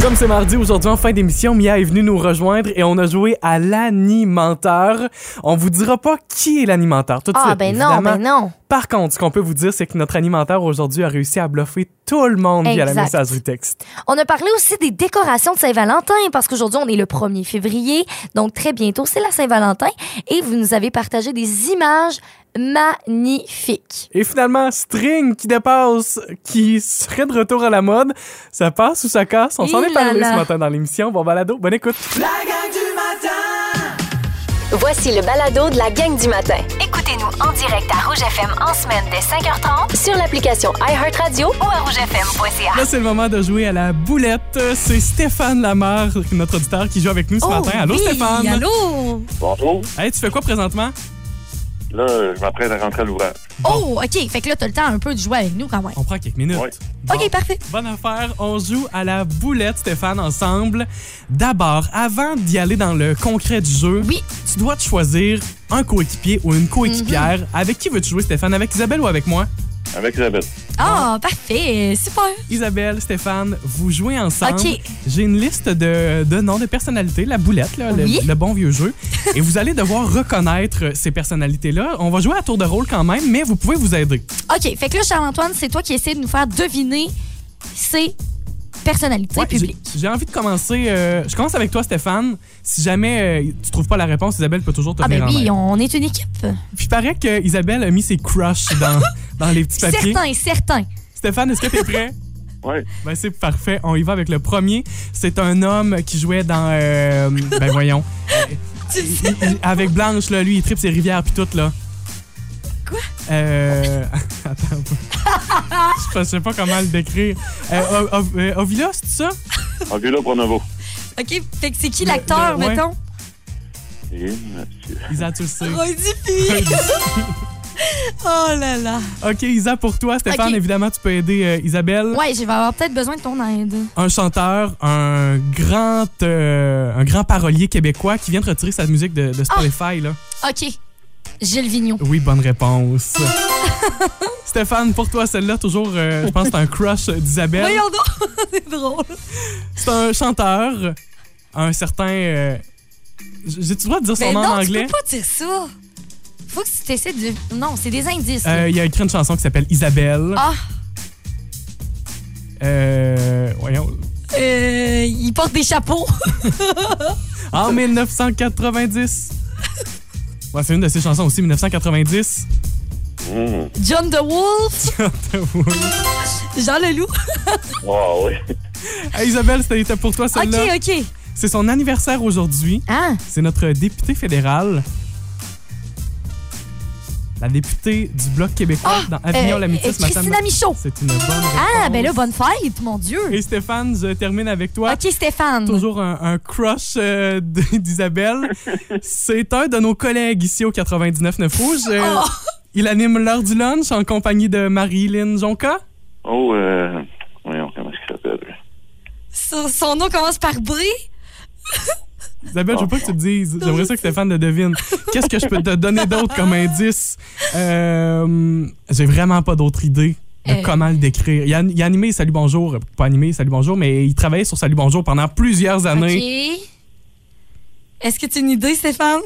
Comme c'est mardi, aujourd'hui en fin d'émission, Mia est venue nous rejoindre et on a joué à l'animenteur. On vous dira pas qui est l'animenteur tout de Ah, suite. ben non, évidemment. ben non. Par contre, ce qu'on peut vous dire, c'est que notre animateur aujourd'hui a réussi à bluffer tout le monde via la Exact. messagerie texte. On a parlé aussi des décorations de Saint-Valentin parce qu'aujourd'hui, on est le 1er février. Donc, très bientôt, c'est la Saint-Valentin. Et vous nous avez partagé des images magnifiques. Et finalement, string qui dépasse, qui serait de retour à la mode, ça passe ou ça casse. On s'en Hi est parlé là là. ce matin dans l'émission. Bon balado, bonne écoute. La gang du matin Voici le balado de la gang du matin. Écoutez-nous en direct à Rouge FM en semaine dès 5h30 sur l'application iHeartRadio ou à rougefm.ca. Là, c'est le moment de jouer à la boulette. C'est Stéphane Lamar, notre auditeur, qui joue avec Oh nous ce matin. Allô, Stéphane? Allô? Bonjour. Hey, tu fais quoi présentement? Là, je m'apprête à rentrer à l'ouvrage. Oh, OK. Fait que là, t'as le temps un peu de jouer avec nous quand même. On prend quelques minutes. Oui. Bon. OK, parfait. Bonne affaire. On joue à la boulette, Stéphane, ensemble. D'abord, avant d'y aller dans le concret du jeu, Oui. tu dois te choisir un coéquipier ou une coéquipière. Mm-hmm. Avec qui veux-tu jouer, Stéphane? Avec Isabelle ou avec moi? Avec Isabelle. Ah, parfait. Super. Isabelle, Stéphane, vous jouez ensemble. OK. J'ai une liste de, de noms de personnalités, la boulette, là, le- Oui. le, bon vieux jeu. Et vous allez devoir reconnaître ces personnalités-là. On va jouer à tour de rôle quand même, mais vous pouvez vous aider. OK. Fait que là, Charles-Antoine, c'est toi qui essaies de nous faire deviner ses personnalités Ouais, j'ai- publiques. J'ai envie de commencer. euh, je commence avec toi, Stéphane. Si jamais euh, tu trouves pas la réponse, Isabelle peut toujours te Ah, venir ben en oui, aide. on est une équipe. Puis paraît que Isabelle a mis ses crushs dans, dans les petits papiers. Certain, certain. Stéphane, est-ce que t'es prêt? Oui. Ben c'est parfait, on y va avec le premier. C'est un homme qui jouait dans... euh, ben voyons. Euh, il- il- avec Blanche, là, lui, il tripe ses rivières puis tout, là. Quoi? Euh... Attends. Je sais pas comment le décrire. Euh, Ov- Ov- euh, Ovila, c'est ça? En vue là, Pronovo. OK. Fait que c'est qui l'acteur, le- ouais. mettons? Et, euh, monsieur. Isa, tu le sais. Rodipie. Oh là là. OK, Isa, pour toi, Stéphane, Ok. évidemment, tu peux aider euh, Isabelle. Ouais, je vais avoir peut-être besoin de ton aide. Un chanteur, un grand, euh, un grand parolier québécois qui vient de retirer sa musique de, Ah. de Spotify. Là. OK. Gilles Vignon. Oui, bonne réponse. Stéphane, pour toi, celle-là, toujours, euh, je pense que c'est un crush d'Isabelle. Voyons donc, c'est drôle. C'est un chanteur, un certain... euh, J'ai-tu le droit de dire son Mais nom Ben non, en tu anglais? peux pas dire ça. Faut que tu essaies de... Non, c'est des indices. là. Euh, Il a écrit une chanson qui s'appelle Isabelle. Ah, Euh, voyons. euh, il porte des chapeaux. En 1990. Ouais, c'est une de ses chansons aussi, 1990. Mmh. John the Wolf, Jean Leloup. Ah oui. Hey, Isabelle, c'était pour toi OK, celle-là. OK. C'est son anniversaire aujourd'hui. Ah, C'est notre députée fédérale. La députée du Bloc québécois dans Avignon l'amitié euh, ce matin. Christina Michaud. C'est une bonne réponse. Ah, ben là, bonne fête, mon Dieu. Et Stéphane, je termine avec toi. OK, Stéphane. Toujours un, un crush euh, d- d'Isabelle. C'est un de nos collègues ici au 99.9 Rouge. Euh, Oh. Il anime l'heure du lunch en compagnie de Marie-Lynne Jonca. Oh, euh... Voyons, comment est-ce qu'il s'appelle? Son, son nom commence par B. Isabelle, je veux pas que tu le dises. J'aimerais ça que Stéphane le devine. Qu'est-ce que je peux te donner d'autre comme indice? Euh, J'ai vraiment pas d'autre idée de Euh. comment le décrire. Il a, il a animé Salut Bonjour, pas animé Salut Bonjour, mais il travaillait sur Salut Bonjour pendant plusieurs années. OK. Est-ce que tu as une idée, Stéphane?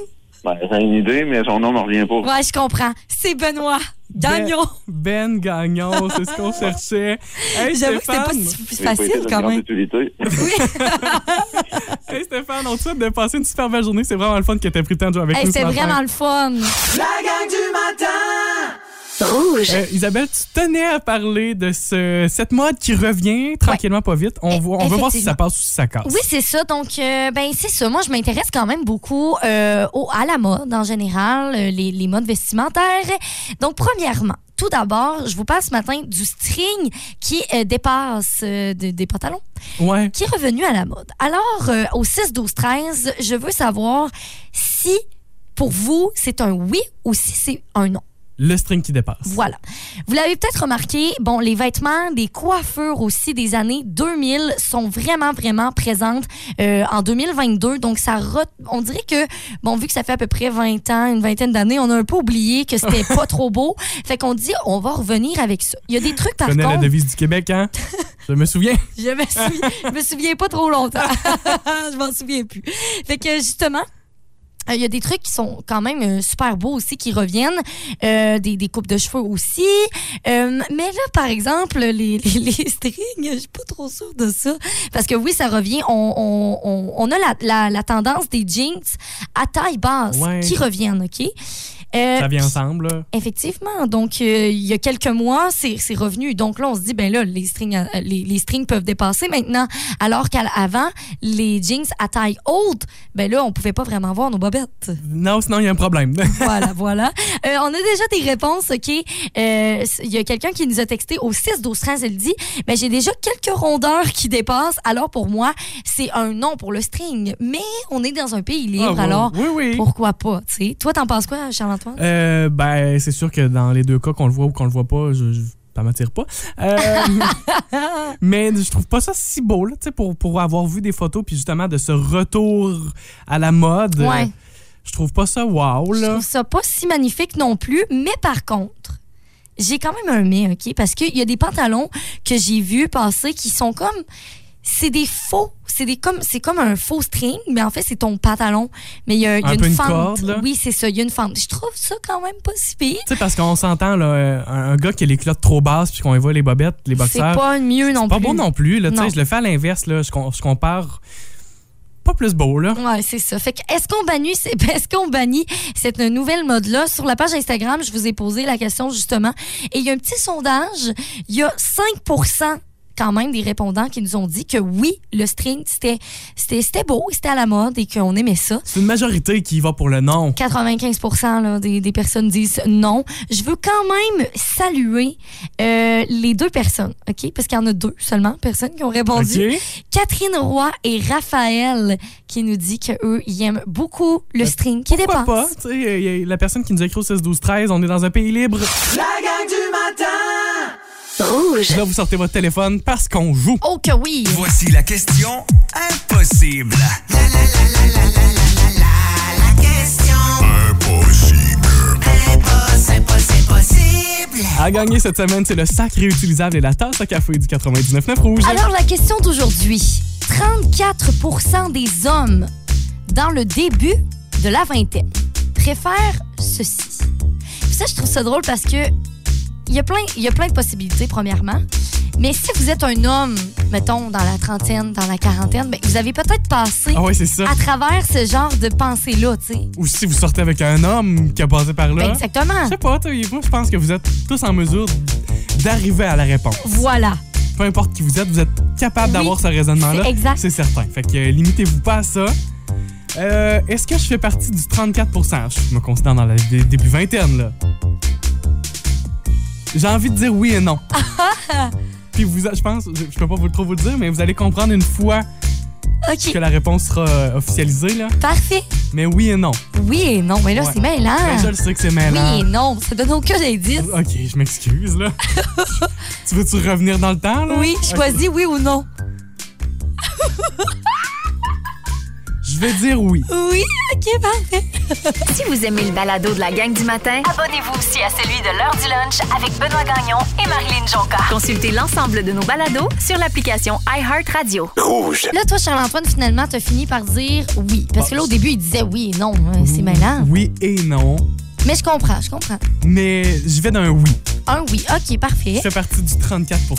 Ben, j'ai une idée, mais son nom ne revient pas. Ouais, je comprends. C'est Benoît Gagnon. Ben Gagnon, c'est ce qu'on cherchait. Hey J'avoue que c'était Stéphane, pas si si Mais il peut facile être d'une quand grande même. utilité. hey Stéphane, on te souhaite de passer une super belle journée. C'est vraiment le fun que t'aies pris le temps de jouer avec Hey, nous. ce c'était matin. vraiment le La fun. gang du matin Rouge. Euh, Isabelle, tu tenais à parler de ce, cette mode qui revient tranquillement, pas vite. On, Eh, voit, on veut voir si ça effectivement. passe ou si ça casse. Oui, c'est ça. Donc, euh, ben c'est ça. Moi, je m'intéresse quand même beaucoup euh, au, à la mode en général, euh, les, les modes vestimentaires. Donc, premièrement, tout d'abord, je vous parle ce matin du string qui euh, dépasse euh, de- des pantalons, Ouais. qui est revenu à la mode. Alors, euh, au 6, 12, 13, je veux savoir si pour vous, c'est un oui ou si c'est un non. le string qui dépasse. Voilà. Vous l'avez peut-être remarqué, bon, les vêtements, des coiffures aussi des années 2000 sont vraiment, vraiment présentes euh, en 2022. Donc, ça re- on dirait que, bon, vu que ça fait à peu près 20 ans, une vingtaine d'années, on a un peu oublié que c'était pas trop beau. Fait qu'on dit, on va revenir avec ça. Il y a des trucs, par Je connais la contre, devise du Québec, hein? Je me souviens. je me, souviens, je me souviens pas trop longtemps. je m'en souviens plus. Fait que justement, euh, il y a des trucs qui sont quand même euh, super beaux aussi, qui reviennent, Euh, des, des coupes de cheveux aussi. Euh, mais là, par exemple, les, les, les strings, je suis pas trop sûre de ça. Parce que oui, ça revient. On, on, on, on a la, la, la tendance des jeans à taille basse Ouais. qui reviennent, OK? Euh, Ça vient ensemble, là. Effectivement. Donc, euh, il y a quelques mois, c'est c'est revenu. Donc là, on se dit, ben là, les strings, euh, les, les strings peuvent dépasser maintenant. Alors qu'avant, les jeans à taille haute, ben là, on pouvait pas vraiment voir nos bobettes. Non, sinon, il y a un problème. voilà, voilà. Euh, on a déjà des réponses, OK? Euh, s- Il y a quelqu'un qui nous a texté au 6 12 13, elle dit, ben j'ai déjà quelques rondeurs qui dépassent. Alors pour moi, c'est un non pour le string. Mais on est dans un pays libre, Ah, bon. alors Oui, oui. pourquoi pas, tu sais? Toi, t'en penses quoi, Charles-Antoine? Euh, ben, c'est sûr que dans les deux cas, qu'on le voit ou qu'on le voit pas, je, je- ça m'attire pas. Euh, mais je trouve pas ça si beau, là, tu sais, pour, pour avoir vu des photos, puis justement de ce retour à la mode. Ouais. euh, Je trouve pas ça wow, Je là. trouve ça pas si magnifique non plus, mais par contre, j'ai quand même un mais, OK? Parce qu'il y a des pantalons que j'ai vus passer qui sont comme. C'est des faux. C'est des comme c'est comme un faux string, mais en fait, c'est ton pantalon. Mais il y a, il y a Un une peu une fente. corde, là. oui, c'est ça, il y a une fente. Je trouve ça quand même pas si pire. Tu sais, parce qu'on s'entend, là, euh, un un gars qui a les culottes trop basses, puis qu'on y voit les bobettes, les C'est boxeurs. pas mieux non pas plus. bon non plus, là. Tu Non. sais, je le fais à l'inverse, là. Je, com- je compare pas plus beau, là. Ouais, c'est ça. Fait que est-ce qu'on bannit, est-ce qu'on bannit cette nouvelle mode-là? Sur la page Instagram, je vous ai posé la question justement. Et il y a un petit sondage. Il y a 5 quand même des répondants qui nous ont dit que oui, le string, c'était, c'était, c'était beau, c'était à la mode et qu'on aimait ça. C'est une majorité qui va pour le non. 95 là, des, des personnes disent non. Je veux quand même saluer euh, les deux personnes, OK? Parce qu'il y en a deux seulement, personnes qui ont répondu. Ok? Catherine Roy et Raphaël qui nous dit qu'eux, ils aiment beaucoup le string qui Euh, Pourquoi dépasse. pas? Tu sais, il y a la personne qui nous a écrit au 16, 12, 13, on est dans un pays libre. La gang du matin Là, vous sortez votre téléphone parce qu'on joue. Oh que oui! Voici la question impossible. À gagner cette semaine, c'est le sac réutilisable et la tasse à café du 99.9 Rouge. Alors, la question d'aujourd'hui. 34 des hommes dans le début de la vingtaine préfèrent ceci. Puis ça, je trouve ça drôle parce que il y a plein, il y a plein de possibilités, premièrement. Mais si vous êtes un homme, mettons, dans la trentaine, dans la quarantaine, ben, vous avez peut-être passé Ah ouais, c'est ça. à travers ce genre de pensée-là, tu sais. Ou si vous sortez avec un homme qui a passé par Ben, là. exactement. je sais pas, tu sais, moi, je pense que vous êtes tous en mesure d'arriver à la réponse. Voilà. Peu importe qui vous êtes, vous êtes capable Oui, d'avoir ce raisonnement-là. c'est exact. C'est certain. Fait que euh, limitez-vous pas à ça. Euh, Est-ce que je fais partie du 34 Je me considère dans la dé- début vingtaine, là. J'ai envie de dire oui et non. Puis vous, a- je pense, je, je peux pas vous, trop vous le dire, mais vous allez comprendre une fois OK. que la réponse sera euh, officialisée, là. Parfait. Mais oui et non. Oui et non. Mais là, Ouais. c'est mêlant. Mais je le sais que c'est Ah. Oui mêlant. Ah, et non. Ça donne aucun indice. Ok, je m'excuse, là. tu veux-tu revenir dans le temps, là? Oui, je ah, Ok. choisis oui ou non. Je vais dire oui. Oui, OK, parfait. Si vous aimez le balado de la gang du matin, abonnez-vous aussi à celui de l'heure du lunch avec Benoît Gagnon et Marilyn Jonca. Consultez l'ensemble de nos balados sur l'application iHeartRadio. Là, toi, Charles-Antoine, finalement, t'as fini par dire oui. Parce que Ah, là, au début, il disait oui et non. Euh, C'est mêlant. Oui et non. Mais je comprends, je comprends. Mais je vais d'un oui. Un oui. OK, Je parfait. fais partie du 34 OK.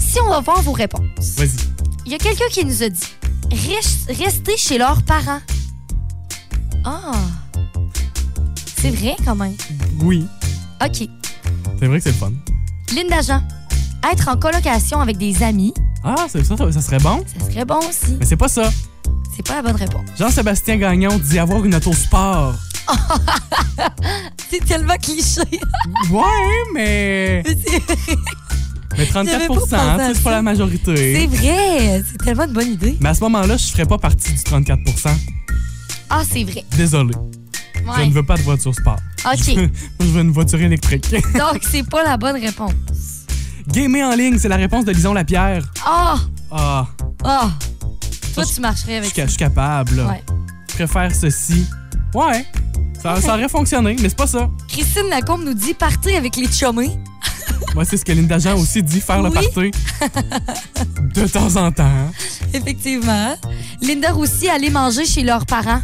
Si on va voir vos réponses. Vas-y. Il y a quelqu'un qui nous a dit Reste- rester chez leurs parents. Ah! C'est vrai quand même. Oui. OK. C'est vrai que c'est le fun. Linda Jean. Être en colocation avec des amis, Ah, c'est ça, ça, ça serait bon. ça serait bon aussi. Mais c'est pas ça. C'est pas la bonne réponse. Jean-Sébastien Gagnon dit avoir une auto sport. C'est tellement cliché. Ouais, mais. Mais 34 J'avais pas pensé à tu sais, c'est ça. pas la C'est majorité. vrai. C'est tellement une bonne idée. Mais à ce moment-là, je ferais pas partie du 34 Ah, c'est vrai. Désolé. Je Ouais. ne veux pas de voiture sport. Je OK. veux, je veux une voiture électrique. Donc, c'est pas la bonne réponse. Gamer en ligne, c'est la réponse de Lison Lapierre. Ah! Ah, Ah! Toi, Je- tu marcherais je avec suis ça. ca- je suis capable. là. Ouais. Je préfère ceci. Ouais. Ça, ça aurait fonctionné, mais c'est pas ça. Christine Lacombe nous dit partez avec les chummies. Moi, c'est ce que Linda Jean aussi dit, faire le Oui. party. De temps en temps. hein. Effectivement. Linda aussi allait manger chez leurs parents.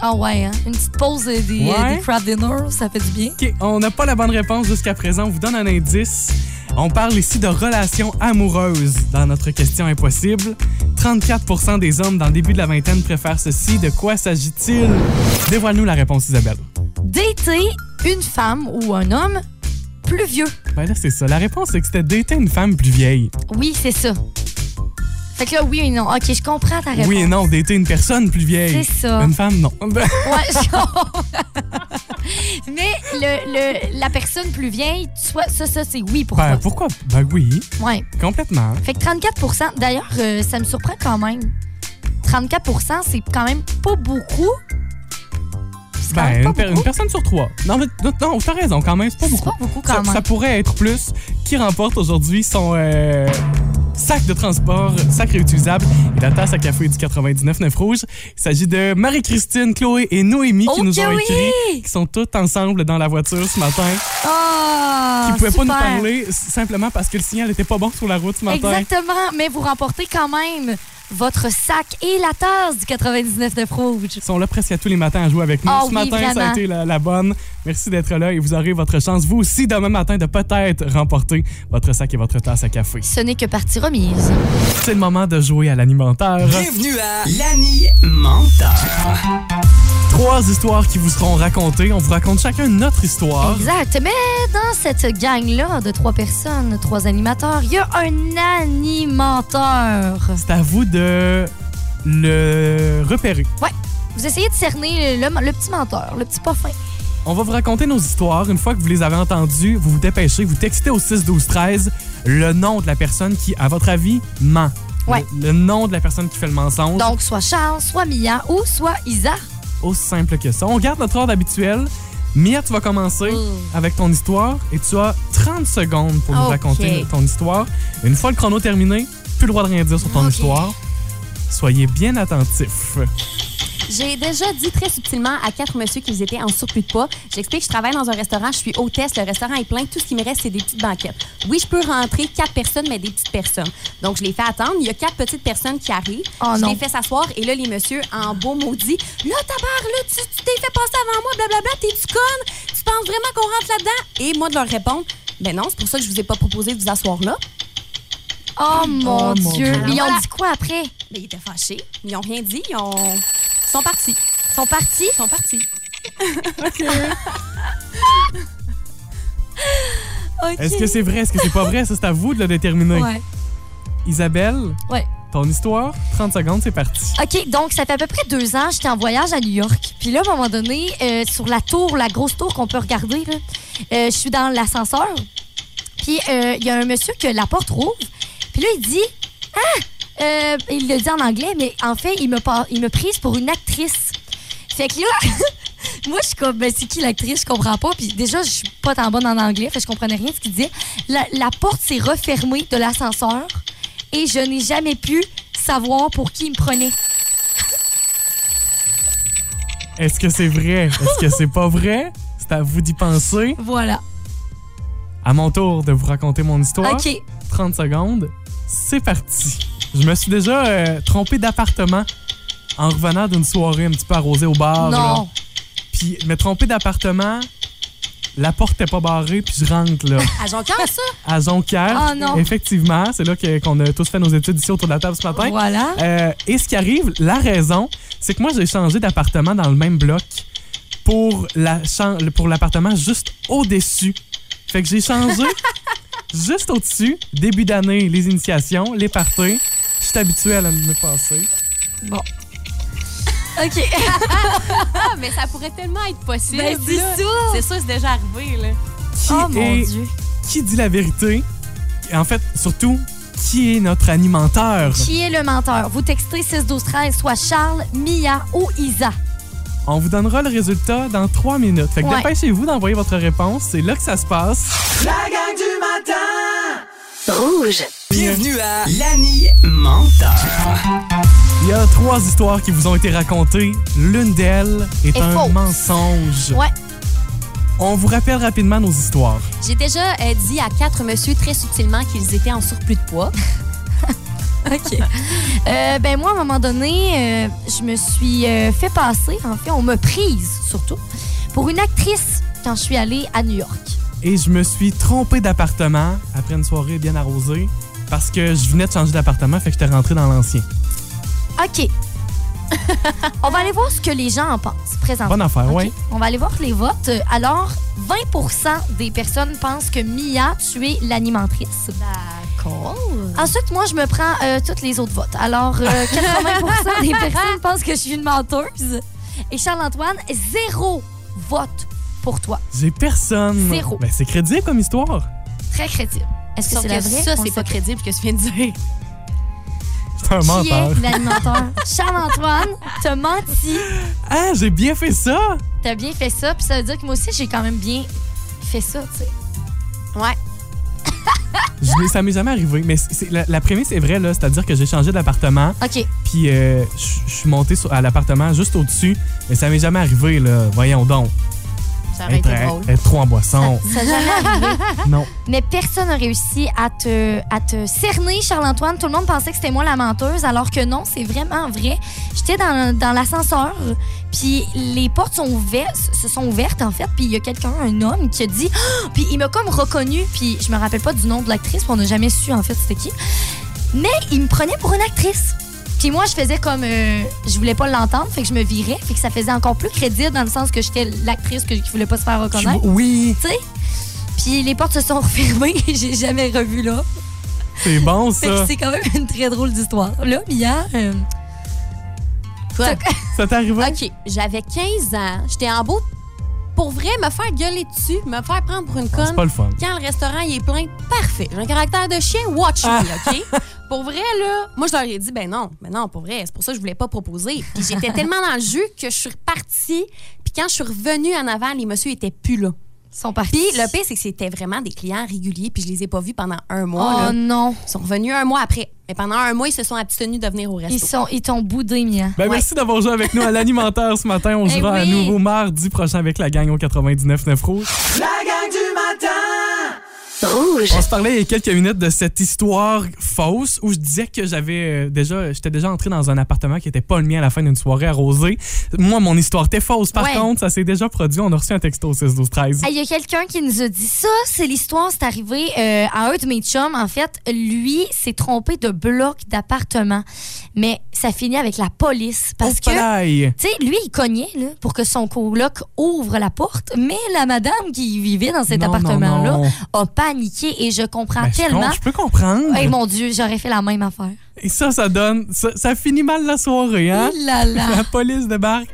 Ah ouais, hein? Une petite pause euh, des, euh, Ouais. des crab dinner, ça fait du bien. OK, on n'a pas la bonne réponse jusqu'à présent. On vous donne un indice. On parle ici de relations amoureuses dans notre question impossible. 34 des hommes dans le début de la vingtaine préfèrent ceci. De quoi s'agit-il? Dévoile-nous la réponse, Isabelle. Dater une femme ou un homme plus vieux. Ben là, c'est ça. La réponse, c'est que c'était dater une femme plus vieille. Oui, c'est ça. Fait que là, oui et non. OK, je comprends ta réponse. Oui et non, dater une personne plus vieille. C'est ça. Une femme, non. Ben, Ouais, je comprends. Mais le, le- la personne plus vieille, soit, ça, ça, c'est oui pour ben, toi. pourquoi? Ben oui, Ouais. complètement. Fait que 34 d'ailleurs, euh, ça me surprend quand même. 34 c'est quand même pas beaucoup. C'est quand Ben, même une, pas per- une beaucoup. personne sur trois. Non, mais non, non, t'as raison, quand même, c'est pas C'est beaucoup. pas beaucoup ça, quand même. ça pourrait être plus. Qui remporte aujourd'hui son euh, sac de transport, sac réutilisable et la tasse à café du 99 Rouge. Il s'agit de Marie-Christine, Chloé et Noémie qui Oh nous que ont écrit, oui! qui sont toutes ensemble dans la voiture ce matin, Ah! qui ne pouvaient pas nous super. parler s- simplement parce que le signal n'était pas bon sur la route ce matin. Exactement, mais vous remportez quand même votre sac et la tasse du 99 de Rouge. Ils sont là presque à tous les matins à jouer avec nous. Ah ce oui, matin, ça a vraiment. été la, la bonne. Merci d'être là et vous aurez votre chance, vous aussi, demain matin, de peut-être remporter votre sac et votre tasse à café. Ce n'est que partie remise. C'est le moment de jouer à l'alimentaire. Bienvenue à Lanny Menteur. Trois histoires qui vous seront racontées. On vous raconte chacun notre histoire. Exact. Mais dans cette gang-là de trois personnes, trois animateurs, il y a un animateur. C'est à vous de le repérer. Vous essayez de cerner le, le petit menteur, le petit pas fin. On va vous raconter nos histoires. Une fois que vous les avez entendues, vous vous dépêchez, vous textez au 6 12 13 le nom de la personne qui, à votre avis, ment. Ouais. Le, le nom de la personne qui fait le mensonge. Donc, soit Charles, soit Mia ou soit Isa. Aussi simple que ça. On garde notre ordre habituel. Mia, tu vas commencer Mm. avec ton histoire et tu as 30 secondes pour nous Ok. raconter ton histoire. Une fois le chrono terminé, plus le droit de rien dire sur ton Ok. histoire. Soyez bien attentifs. J'ai déjà dit très subtilement à quatre messieurs qu'ils étaient en surplus de poids. J'explique, je travaille dans un restaurant, je suis hôtesse, le restaurant est plein, tout ce qui me reste, c'est des petites banquettes. Oui, je peux rentrer quatre personnes, mais des petites personnes. Donc, je les fais attendre. Il y a quatre petites personnes qui arrivent. Oh je non. les fais s'asseoir et là, les messieurs, en beau maudit, là, tabar, là, tu tu t'es fait passer avant moi, blablabla, t'es-tu conne? Tu penses vraiment qu'on rentre là-dedans? Et moi, de leur répondre, ben non, c'est pour ça que je vous ai pas proposé de vous asseoir là. Oh mon mon Dieu. Dieu. Mais Ils ont Voilà. dit quoi après? Mais ils étaient fâchés. Ils ont rien dit. Ils ont... ils sont partis. Ils sont partis? Ils sont partis. Est-ce que c'est vrai? Est-ce que c'est pas vrai? Ça, c'est à vous de le déterminer. Ouais. Isabelle, Ouais. ton histoire, 30 secondes, c'est parti. OK, donc ça fait à peu près deux ans, j'étais en voyage à New York. Puis là, à un moment donné, euh, sur la tour, la grosse tour qu'on peut regarder, là, euh, je suis dans l'ascenseur. Puis euh, il y a un monsieur que la porte rouvre. Puis là, il dit Ah Euh, Il le dit en anglais, mais en fait, il me, par- il me prise pour une actrice. Fait que là, moi, je suis comme Ben, c'est qui l'actrice Je comprends pas. Puis déjà, je suis pas tant bonne en anglais, fait que je comprenais rien de ce qu'il disait. La, la porte s'est refermée de l'ascenseur et je n'ai jamais pu savoir pour qui il me prenait. Est-ce que c'est vrai? Est-ce que c'est pas vrai? C'est à vous d'y penser. Voilà. À mon tour de vous raconter mon histoire. OK. 30 secondes. C'est parti. Je me suis déjà euh, trompé d'appartement en revenant d'une soirée un petit peu arrosée au bar. là. non. Puis me tromper d'appartement, la porte n'était pas barrée, puis je rentre là, À Jonquière, ça? à Jonquière. Ah, non. Effectivement, c'est là que- qu'on a tous fait nos études ici autour de la table ce matin. Voilà. Euh, et ce qui arrive, la raison, c'est que moi, j'ai changé d'appartement dans le même bloc pour la chan- pour l'appartement juste au-dessus. Fait que j'ai changé juste au-dessus, début d'année, les initiations, les parties. Je suis habitué à l'année passée. OK. Ah, mais ça pourrait tellement être possible. Ben, c'est là. ça. C'est sûr, c'est déjà arrivé, là. Qui Oh mon est- Dieu. qui dit la vérité? Et En fait, surtout, qui est notre alimenteur? Qui est le menteur? Vous textez 6 12 13 soit Charles, Mia ou Isa. On vous donnera le résultat dans trois minutes. Fait que Ouais. dépêchez-vous d'envoyer votre réponse. C'est là que ça se passe. La gang du matin! Bienvenue à Lanny Manta. Il y a trois histoires qui vous ont été racontées. L'une d'elles est, Est un fausse. mensonge. Ouais. On vous rappelle rapidement nos histoires. J'ai déjà euh, dit à quatre messieurs très subtilement qu'ils étaient en surplus de poids. OK. Euh, ben moi, à un moment donné, euh, je me suis euh, fait passer, en fait, on m'a prise surtout, pour une actrice quand je suis allée à New York. Et je me suis trompé d'appartement après une soirée bien arrosée parce que je venais de changer d'appartement, fait que j'étais rentré dans l'ancien. OK. on va aller voir ce que les gens en pensent présentement. Bonne affaire, Ah, OK? Ah ouais. On va aller voir les votes. Alors, 20 des personnes pensent que Mia, tu es l'animatrice. D'accord. Ensuite, moi, je me prends euh, toutes les autres votes. Alors, euh, 80 des personnes pensent que je suis une menteuse. Et Charles-Antoine, zéro vote pour toi. J'ai personne. Zéro. Ben, c'est crédible comme histoire. Très crédible. Est-ce que Sauf c'est que, la vraie? ça, On c'est le pas sait crédible que je viens de dire. C'est un Qui menteur. est l'animateur? Charles-Antoine, t'as menti. Ah, j'ai bien fait ça! T'as bien fait ça. Puis ça veut dire que moi aussi, j'ai quand même bien fait ça, tu sais. Ouais. Je l'ai- ça m'est jamais arrivé, mais c'est- c'est- la, la prémisse est vraie, là. C'est-à-dire que j'ai changé d'appartement, OK. puis euh, je je suis monté sur- à l'appartement juste au-dessus, mais ça m'est jamais arrivé, là. Voyons donc. Ça aurait été Être- drôle. être trop en boisson. Ça jamais arrivé. non. Mais personne n'a réussi à te, à te cerner, Charles-Antoine. Tout le monde pensait que c'était moi la menteuse, alors que non, c'est vraiment vrai. J'étais dans, dans l'ascenseur, puis les portes sont ouvertes, se sont ouvertes, en fait, puis il y a quelqu'un, un homme, qui a dit... Ah! Puis il m'a comme reconnu, puis je me rappelle pas du nom de l'actrice, puis on n'a jamais su, en fait, c'était qui. Mais il me prenait pour une actrice. Puis moi, je faisais comme... euh, je voulais pas l'entendre, fait que je me virais, fait que ça faisait encore plus crédible dans le sens que j'étais l'actrice que- qui voulait pas se faire Je- reconnaître. oui, Puis les portes se sont refermées et j'ai jamais revu là. c'est bon, Fait que ça. c'est quand même une très drôle d'histoire. Là, Mia, euh, Quoi? Ça t'est arrivé? OK, j'avais 15 ans. J'étais en beau. Pour vrai, me faire gueuler dessus, me faire prendre pour une Ah, C'est conne. pas le fun. Quand le restaurant il est plein, parfait. J'ai un caractère de chien, watch me, OK? pour vrai, là, moi, je leur ai dit, ben non, ben non, pour vrai, c'est pour ça que je voulais pas proposer. Puis j'étais tellement dans le jus que je suis repartie. Puis quand je suis revenue en avant, les messieurs étaient plus là. sont partis. Puis le pire, c'est que c'était vraiment des clients réguliers, puis je les ai pas vus pendant un mois. Oh là. non. Ils sont revenus un mois après. Mais pendant un mois, ils se sont abstenus de venir au resto. Ils sont, ils t'ont boudé, Mia. Ben, Merci d'avoir joué avec nous à l'alimentaire ce matin. On Eh jouera à oui. nouveau mardi prochain avec la gang au 99.9 Rouge. La gang du matin! On se parlait il y a quelques minutes de cette histoire fausse où je disais que j'avais euh, déjà, j'étais déjà entré dans un appartement qui était pas le mien à la fin d'une soirée arrosée. Moi, mon histoire était fausse. Par Ouais. contre, ça s'est déjà produit. On a reçu un texto au 6 12 13. Ah, Il y a quelqu'un qui nous a dit ça. C'est l'histoire, c'est arrivé euh, à un de mes chums. En fait, lui s'est trompé de bloc d'appartement. Mais ça finit avec la police parce que Oupalaï. Tu sais, lui, il cognait là, pour que son coloc ouvre la porte, mais la madame qui vivait dans cet Non, non, appartement-là non. a paniqué et je comprends Ben, je Ah, tellement. com- je peux comprendre. Hey, mon Dieu, j'aurais fait la même affaire. Et ça, ça donne, ça, ça finit mal la soirée, hein. Il là là, La police débarque.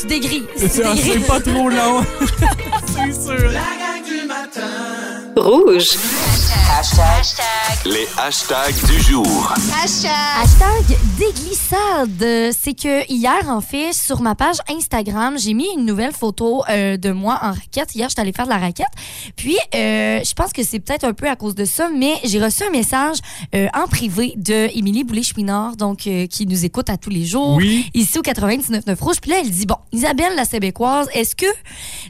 tu dégris. tu C'est ah, dégris. c'est pas trop long. C'est sûr. La gang du matin! Les hashtags du jour. Hashtag déglissade. Euh, C'est que hier, en fait, sur ma page Instagram, j'ai mis une nouvelle photo euh, de moi en raquette. Hier, je suis allée faire de la raquette. Puis, euh, je pense que c'est peut-être un peu à cause de ça, mais j'ai reçu un message euh, en privé de Émilie Boulay-Chouinard, donc, euh, qui nous écoute à tous les jours. Oui. Ici au 99.9 Rouge. Puis là, elle dit Bon, Isabelle, la Québécoise, est-ce que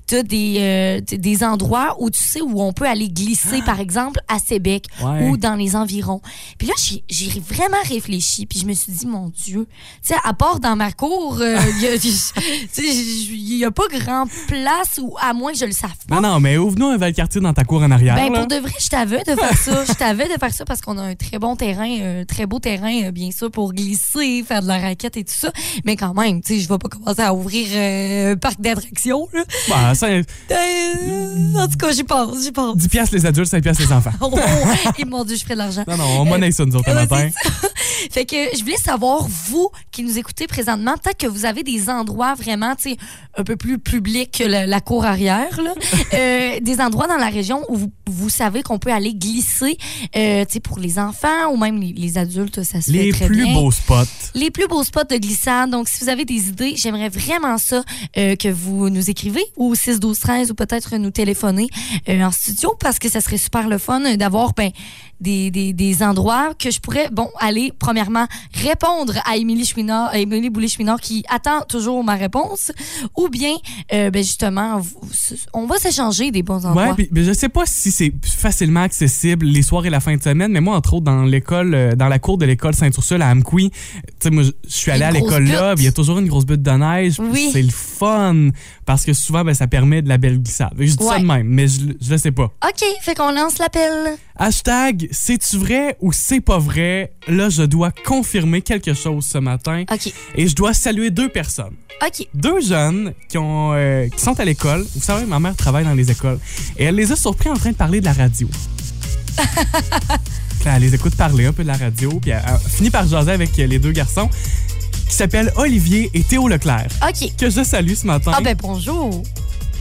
tu as des, euh, t'as des endroits où tu sais où on peut aller glisser, par exemple, à Sébec Ah. Ouais. ou dans les environs Puis là, j'ai- j'ai vraiment réfléchi. Puis je me suis dit Mon Dieu, tu sais, à part dans ma cour, euh, il y a- tu sais, il n'y a, pas grand place, ou à moins que je le sache pas. Non, non, mais ouvre-nous un quartier dans ta cour en arrière. Ben, là. pour de vrai, je t'avais de faire ça. Je t'avais de faire ça parce qu'on a un très bon terrain, euh, très beau terrain, euh, bien sûr, pour glisser, faire de la raquette et tout ça. Mais quand même, tu sais, je vais pas commencer à ouvrir euh, un parc d'attractions, là. Ben, cinq- Euh, en tout cas, j'y pense, j'y pense. 10 piastres les adultes, 5 piastres les enfants. Oh, et mon Dieu, je ferai de l'argent. Non, non, on monnaie ça, nous autres, le Ouais, matin. Fait que je voulais savoir, vous qui nous écoutez présentement, peut-être que vous avez des endroits vraiment, tu sais, un peu plus publics que la, la cour arrière, là. Euh, des endroits dans la région où vous, vous savez qu'on peut aller glisser, euh, tu sais, pour les enfants ou même les, les adultes, ça se Les fait très plus bien beaux spots. les plus beaux spots de glissade. Donc, si vous avez des idées, j'aimerais vraiment ça euh, que vous nous écrivez ou 6 12 13 ou peut-être nous téléphoner euh, en studio parce que ça serait super le fun euh, d'avoir ben, des, des, des endroits que je pourrais bon aller premièrement répondre à Émilie Chouinard, à Émilie Boulay Chouinard qui attend toujours ma réponse ou bien euh, ben justement vous- on va s'échanger des bons endroits. Ouais, puis, mais je sais pas si c'est facilement accessible les soirs et la fin de semaine, mais moi, entre autres, dans l'école, euh, dans la cour de l'école Saint-Ursule à Amqui, tu sais, moi, je je suis allé Une à grosse l'école là, butte. puis il y a toujours une grosse butte de neige, puis Oui. c'est le fun, parce que souvent, ben, ça permet de la belle glissade. Fait que Je dis ça Ouais. de même, mais je, le- je le sais pas. OK, fait qu'on lance l'appel. Hashtag, c'est-tu vrai ou c'est pas vrai? Là, je dois confirmer quelque chose ce matin, OK. et je dois saluer deux personnes OK. deux jeunes qui, ont, euh, qui sont à l'école. Vous savez, ma mère travaille dans les écoles. Et elle les a surpris en train de parler de la radio. Puis elle les écoute parler un peu de la radio. Puis elle, elle finit par jaser avec euh, les deux garçons qui s'appellent Olivier et Théo Leclerc. OK. Que je salue ce matin. Ah ben bonjour.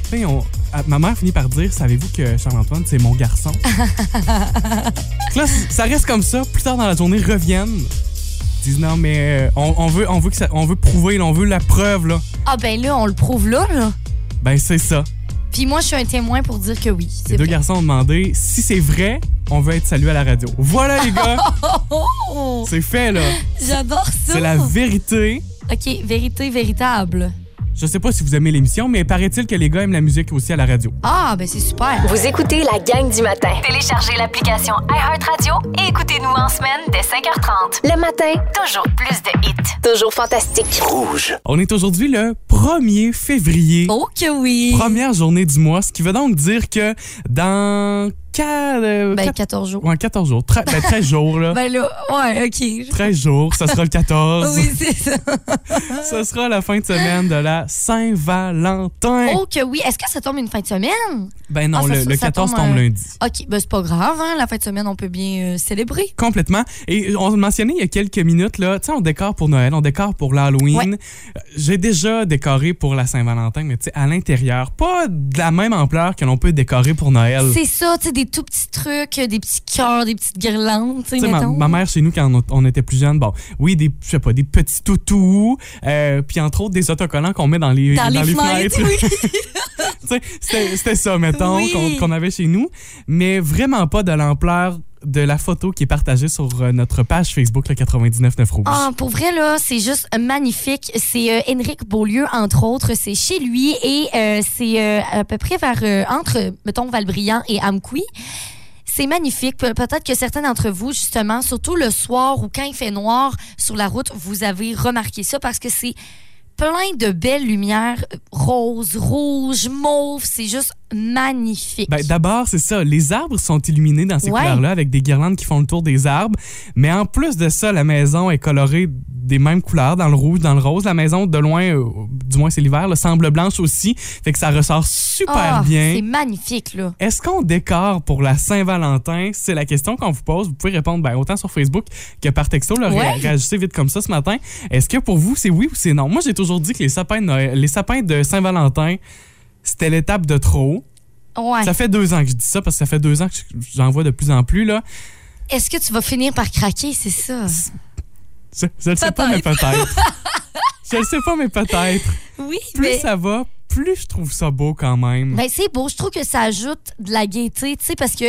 Tu sais, on- ah, ma mère finit par dire Savez-vous que Charles-Antoine, c'est mon garçon Fait que Là, c- ça reste comme ça. Plus tard dans la journée, reviennent. Ils disent Non, mais euh, on, on veut, on, veut que ça- on veut prouver, là, on veut la preuve. là. Ah ben là on le prouve là là. Ben, c'est ça. Puis moi, je suis un témoin pour dire que oui. Les C'est deux vrai. garçons ont demandé si c'est vrai, on veut être salué à la radio. Voilà les gars, Oh, c'est fait là. j'adore ça. C'est la vérité. OK, vérité véritable. Je sais pas si vous aimez l'émission, mais paraît-il que les gars aiment la musique aussi à la radio. Ah, ben c'est super. Vous écoutez la gang du matin. Téléchargez l'application iHeartRadio et écoutez-nous en semaine dès 5h30. Le matin, toujours plus de hits. Toujours fantastique. On est aujourd'hui le 1er février. Oh que oui. Première journée du mois, ce qui veut donc dire que dans euh, 4, Ben 14 jours. 14 jours, 13, ben, 13 jours là. Ben là, ouais, OK. 13 jours, ça sera le 14. Oui, c'est ça. Ce sera la fin de semaine de la Saint-Valentin. Oh que oui. Est-ce que ça tombe une fin de semaine? ben non, ah, ça- le, ça- le ça 14 tombe, tombe, euh, lundi. OK, ben c'est pas grave, hein. La fin de semaine, on peut bien euh, célébrer. Complètement. Et on le mentionnait il y a quelques minutes, là, tu sais, on décore pour Noël, on décore pour l'Halloween. Ouais. Euh, J'ai déjà décoré pour la Saint-Valentin, mais tu sais, à l'intérieur, pas de la même ampleur que l'on peut décorer pour Noël. C'est ça, tu sais, des tout petits trucs, euh, des petits cœurs, des petites guirlandes, tu sais, Tu sais, ma, mettons. ma mère, chez nous, quand on, on était plus jeunes, bon, oui, des, je sais pas, des petits toutous, euh, puis entre autres, des autocollants qu'on met dans les, Dans, les fenêtres, oui. Tu sais, C'était c'était ça, mettons, Oui. qu'on qu'on avait chez nous, mais vraiment pas de l'ampleur de la photo qui est partagée sur euh, notre page Facebook, le 99.9 Rouge. Ah, pour vrai, là, c'est juste magnifique. C'est euh, Henrik Beaulieu, entre autres. C'est chez lui et euh, c'est euh, à peu près vers, euh, entre, mettons, Valbriand et Amqui. C'est magnifique. Pe- Peut-être que certains d'entre vous, justement, surtout le soir ou quand il fait noir sur la route, vous avez remarqué ça parce que c'est plein de belles lumières euh, roses, rouges, mauves. C'est juste magnifique. Ben, D'abord, c'est ça. Les arbres sont illuminés dans ces Ouais. couleurs-là avec des guirlandes qui font le tour des arbres. Mais en plus de ça, la maison est colorée des mêmes couleurs, dans le rouge, dans le rose. La maison, de loin, euh, du moins c'est l'hiver, là, semble blanche aussi. Fait que ça ressort super Ah, bien. C'est magnifique, là. Est-ce qu'on décore pour la Saint-Valentin? C'est la question qu'on vous pose. Vous pouvez répondre ben, autant sur Facebook que par texto. Là, ré- Ouais. Réagissez vite comme ça ce matin. Est-ce que pour vous, c'est oui ou c'est non? Moi, j'ai toujours dit que les sapins de, Noël- les sapins de Saint-Valentin, c'était l'étape de trop. Ouais. Ça fait deux ans que je dis ça parce que ça fait deux ans que je- j'en vois de plus en plus. Là. Est-ce que tu vas finir par craquer? C'est ça. Je je le sais pas, mais peut-être. je le sais pas, mais peut-être. Oui, Plus ça va, plus je trouve ça beau quand même. Ben, c'est beau. Je trouve que ça ajoute de la gaieté, tu sais, parce que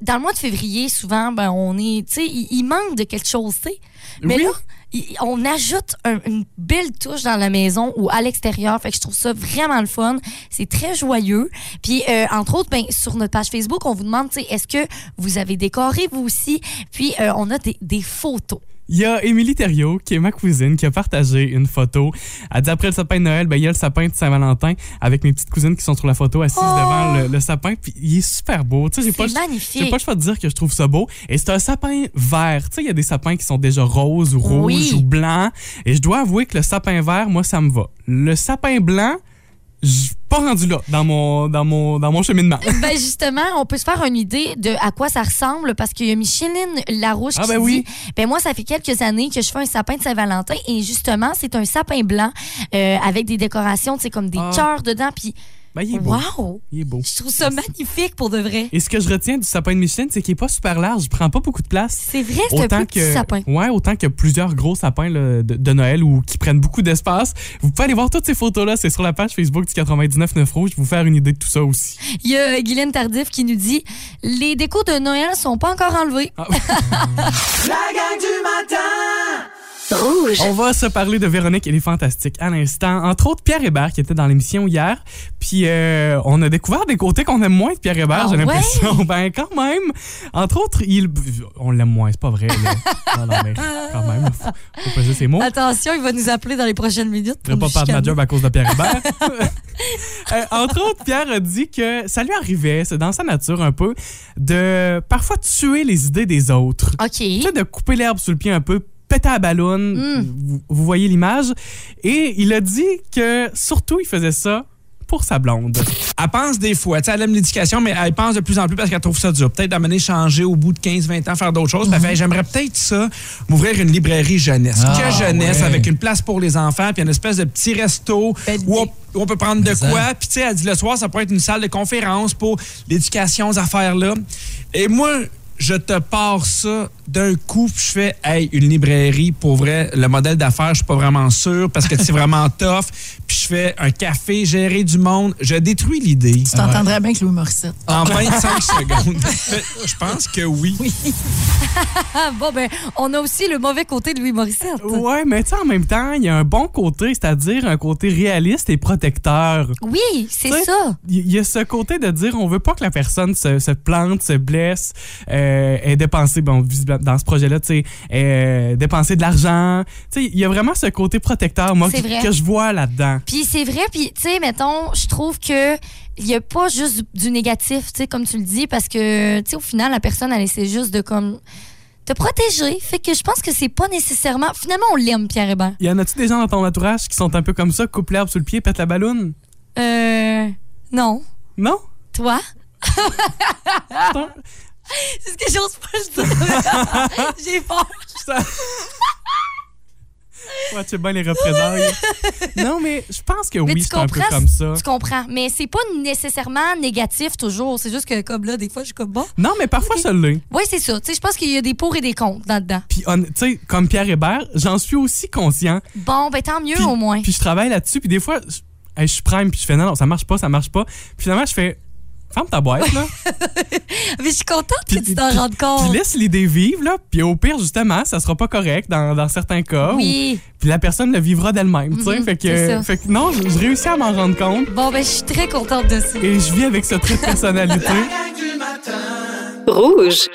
dans le mois de février, souvent, ben, on est, tu sais, il, il manque de quelque chose, tu sais. Mais Oui. là, il- on ajoute un- une belle touche dans la maison ou à l'extérieur. Fait que je trouve ça vraiment le fun. C'est très joyeux. Puis, euh, entre autres, ben, sur notre page Facebook, on vous demande, tu sais, est-ce que vous avez décoré vous aussi? Puis, euh, on a des, des photos. Il y a Émilie Thériault, qui est ma cousine, qui a partagé une photo. Elle dit après le sapin de Noël, ben, il y a le sapin de Saint-Valentin avec mes petites cousines qui sont sur la photo assises Oh! devant le, le sapin. Puis il est super beau. Tu sais, j'ai pas C'est le- magnifique. J'ai pas le choix de dire que je trouve ça beau. Et c'est un sapin vert. Tu sais, il y a des sapins qui sont déjà roses ou rouges Oui. ou blancs. Et je dois avouer que le sapin vert, moi, ça me va. Le sapin blanc, je- pas rendu là dans mon, dans mon, dans mon cheminement. Ben justement, on peut se faire une idée de à quoi ça ressemble parce qu'il y a Micheline Larouche Ah, qui ben dit oui. ben moi ça fait quelques années que je fais un sapin de Saint-Valentin et justement, c'est un sapin blanc euh, avec des décorations, tu sais comme des Ah. cœurs dedans puis Ben, il est beau. wow, Il est beau. je trouve ça magnifique pour de vrai. Et ce que je retiens du sapin de Micheline, c'est qu'il est pas super large, il prend pas beaucoup de place. C'est vrai, c'est un peu petit sapin. ouais, autant que plusieurs gros sapins là, de, de Noël ou qui prennent beaucoup d'espace. Vous pouvez aller voir toutes ces photos là, c'est sur la page Facebook du 999 rouge, vous faire une idée de tout ça aussi. Il y a Guylaine Tardif qui nous dit les décos de Noël sont pas encore enlevés. La gang du matin On va se parler de Véronique et les Fantastiques à l'instant. Entre autres, Pierre Hébert qui était dans l'émission hier. Puis euh, on a découvert des côtés qu'on aime moins de Pierre Hébert, Ah j'ai ouais? l'impression. Ben quand même. Entre autres, il... on l'aime moins, c'est pas vrai. là. non, non, mais quand même, faut, faut peser ses mots. Attention, il va nous appeler dans les prochaines minutes. Oh. Je ne pour pas nous perdre ma chicaner. job à cause de Pierre Hébert. Euh, entre autres, Pierre a dit que ça lui arrivait, c'est dans sa nature un peu, de parfois tuer les idées des autres. Tu sais, OK. de couper l'herbe sous le pied un peu, péter à ballon. Vous, vous voyez l'image. Et il a dit que surtout, il faisait ça pour sa blonde. Elle pense des fois, tu sais, elle aime l'éducation, mais elle pense de plus en plus parce qu'elle trouve ça dur. Peut-être d'amener changer au bout de 15-20 ans, faire d'autres choses. Elle fait, j'aimerais peut-être ça, m'ouvrir une librairie jeunesse. que jeunesse, avec une place pour les enfants, puis une espèce de petit resto où on, où on peut prendre de quoi. Puis tu sais, elle dit, le soir, ça pourrait être une salle de conférence pour l'éducation, ces affaires-là. Et moi, je te pars ça d'un coup, puis je fais, hey, une librairie, pour vrai, le modèle d'affaires, je suis pas vraiment sûr parce que c'est vraiment tough. Puis je fais un café, gérer du monde. Je détruis l'idée. Tu t'entendrais bien que Louis Morissette. En 25 secondes. Je pense que oui. Ah, bon, ben, on a aussi le mauvais côté de Louis Morissette. Ouais, mais tu sais, en même temps, il y a un bon côté, c'est-à-dire un côté réaliste et protecteur. Oui, Tu sais, c'est ça. Il il y a ce côté de dire on veut pas que la personne se, se plante, se blesse, euh, ait dépensé, bon, visiblement, dans ce projet-là, tu sais, euh, dépenser de l'argent. Tu sais, il y a vraiment ce côté protecteur, moi, C'est vrai. que, que je vois là-dedans. Puis c'est vrai, puis tu sais, mettons, je trouve que il n'y a pas juste du, du négatif, tu sais, comme tu le dis, parce que, tu sais, au final, la personne, elle essaie juste de, comme, te protéger. Fait que je pense que c'est pas nécessairement. Finalement, on l'aime, Pierre Hébert. Y en a-tu des gens dans ton entourage qui sont un peu comme ça, coupe l'herbe sous le pied, pète la balloune? Euh. Non. Non? Toi? Attends. C'est ce que j'ose pas dire. J'ai peur. Ouais, tu sais bien les représailles. non, mais je pense que Mais oui, tu c'est un peu comprends, comme ça. Tu comprends. Mais c'est pas nécessairement négatif toujours. C'est juste que, comme là, des fois, je suis comme bon. Non, mais parfois, ça l'est. Oui, c'est ça. Tu sais, je pense qu'il y a des pour et des contre là-dedans. Puis, on- tu sais, comme Pierre Hébert, j'en suis aussi conscient. Bon, ben tant mieux Puis- au moins. Puis je travaille là-dessus, puis des fois, je, hey, je suis prime, puis je fais non, non, ça marche pas, ça marche pas. Puis finalement, je fais ferme ta boîte, là. Mais je suis contente que Puis- tu t'en puis- rendes puis compte. laisse l'idée vivre, là. Puis au pire, justement, ça sera pas correct dans, dans certains cas. Oui. ou- puis la personne le vivra d'elle-même, tu sais. Mhm, fait, c'est que, ça. fait que non, je, je réussis à m'en rendre compte Bon, ben je suis très contente de ça. et je vis avec ce trait de personnalité. La gang du matin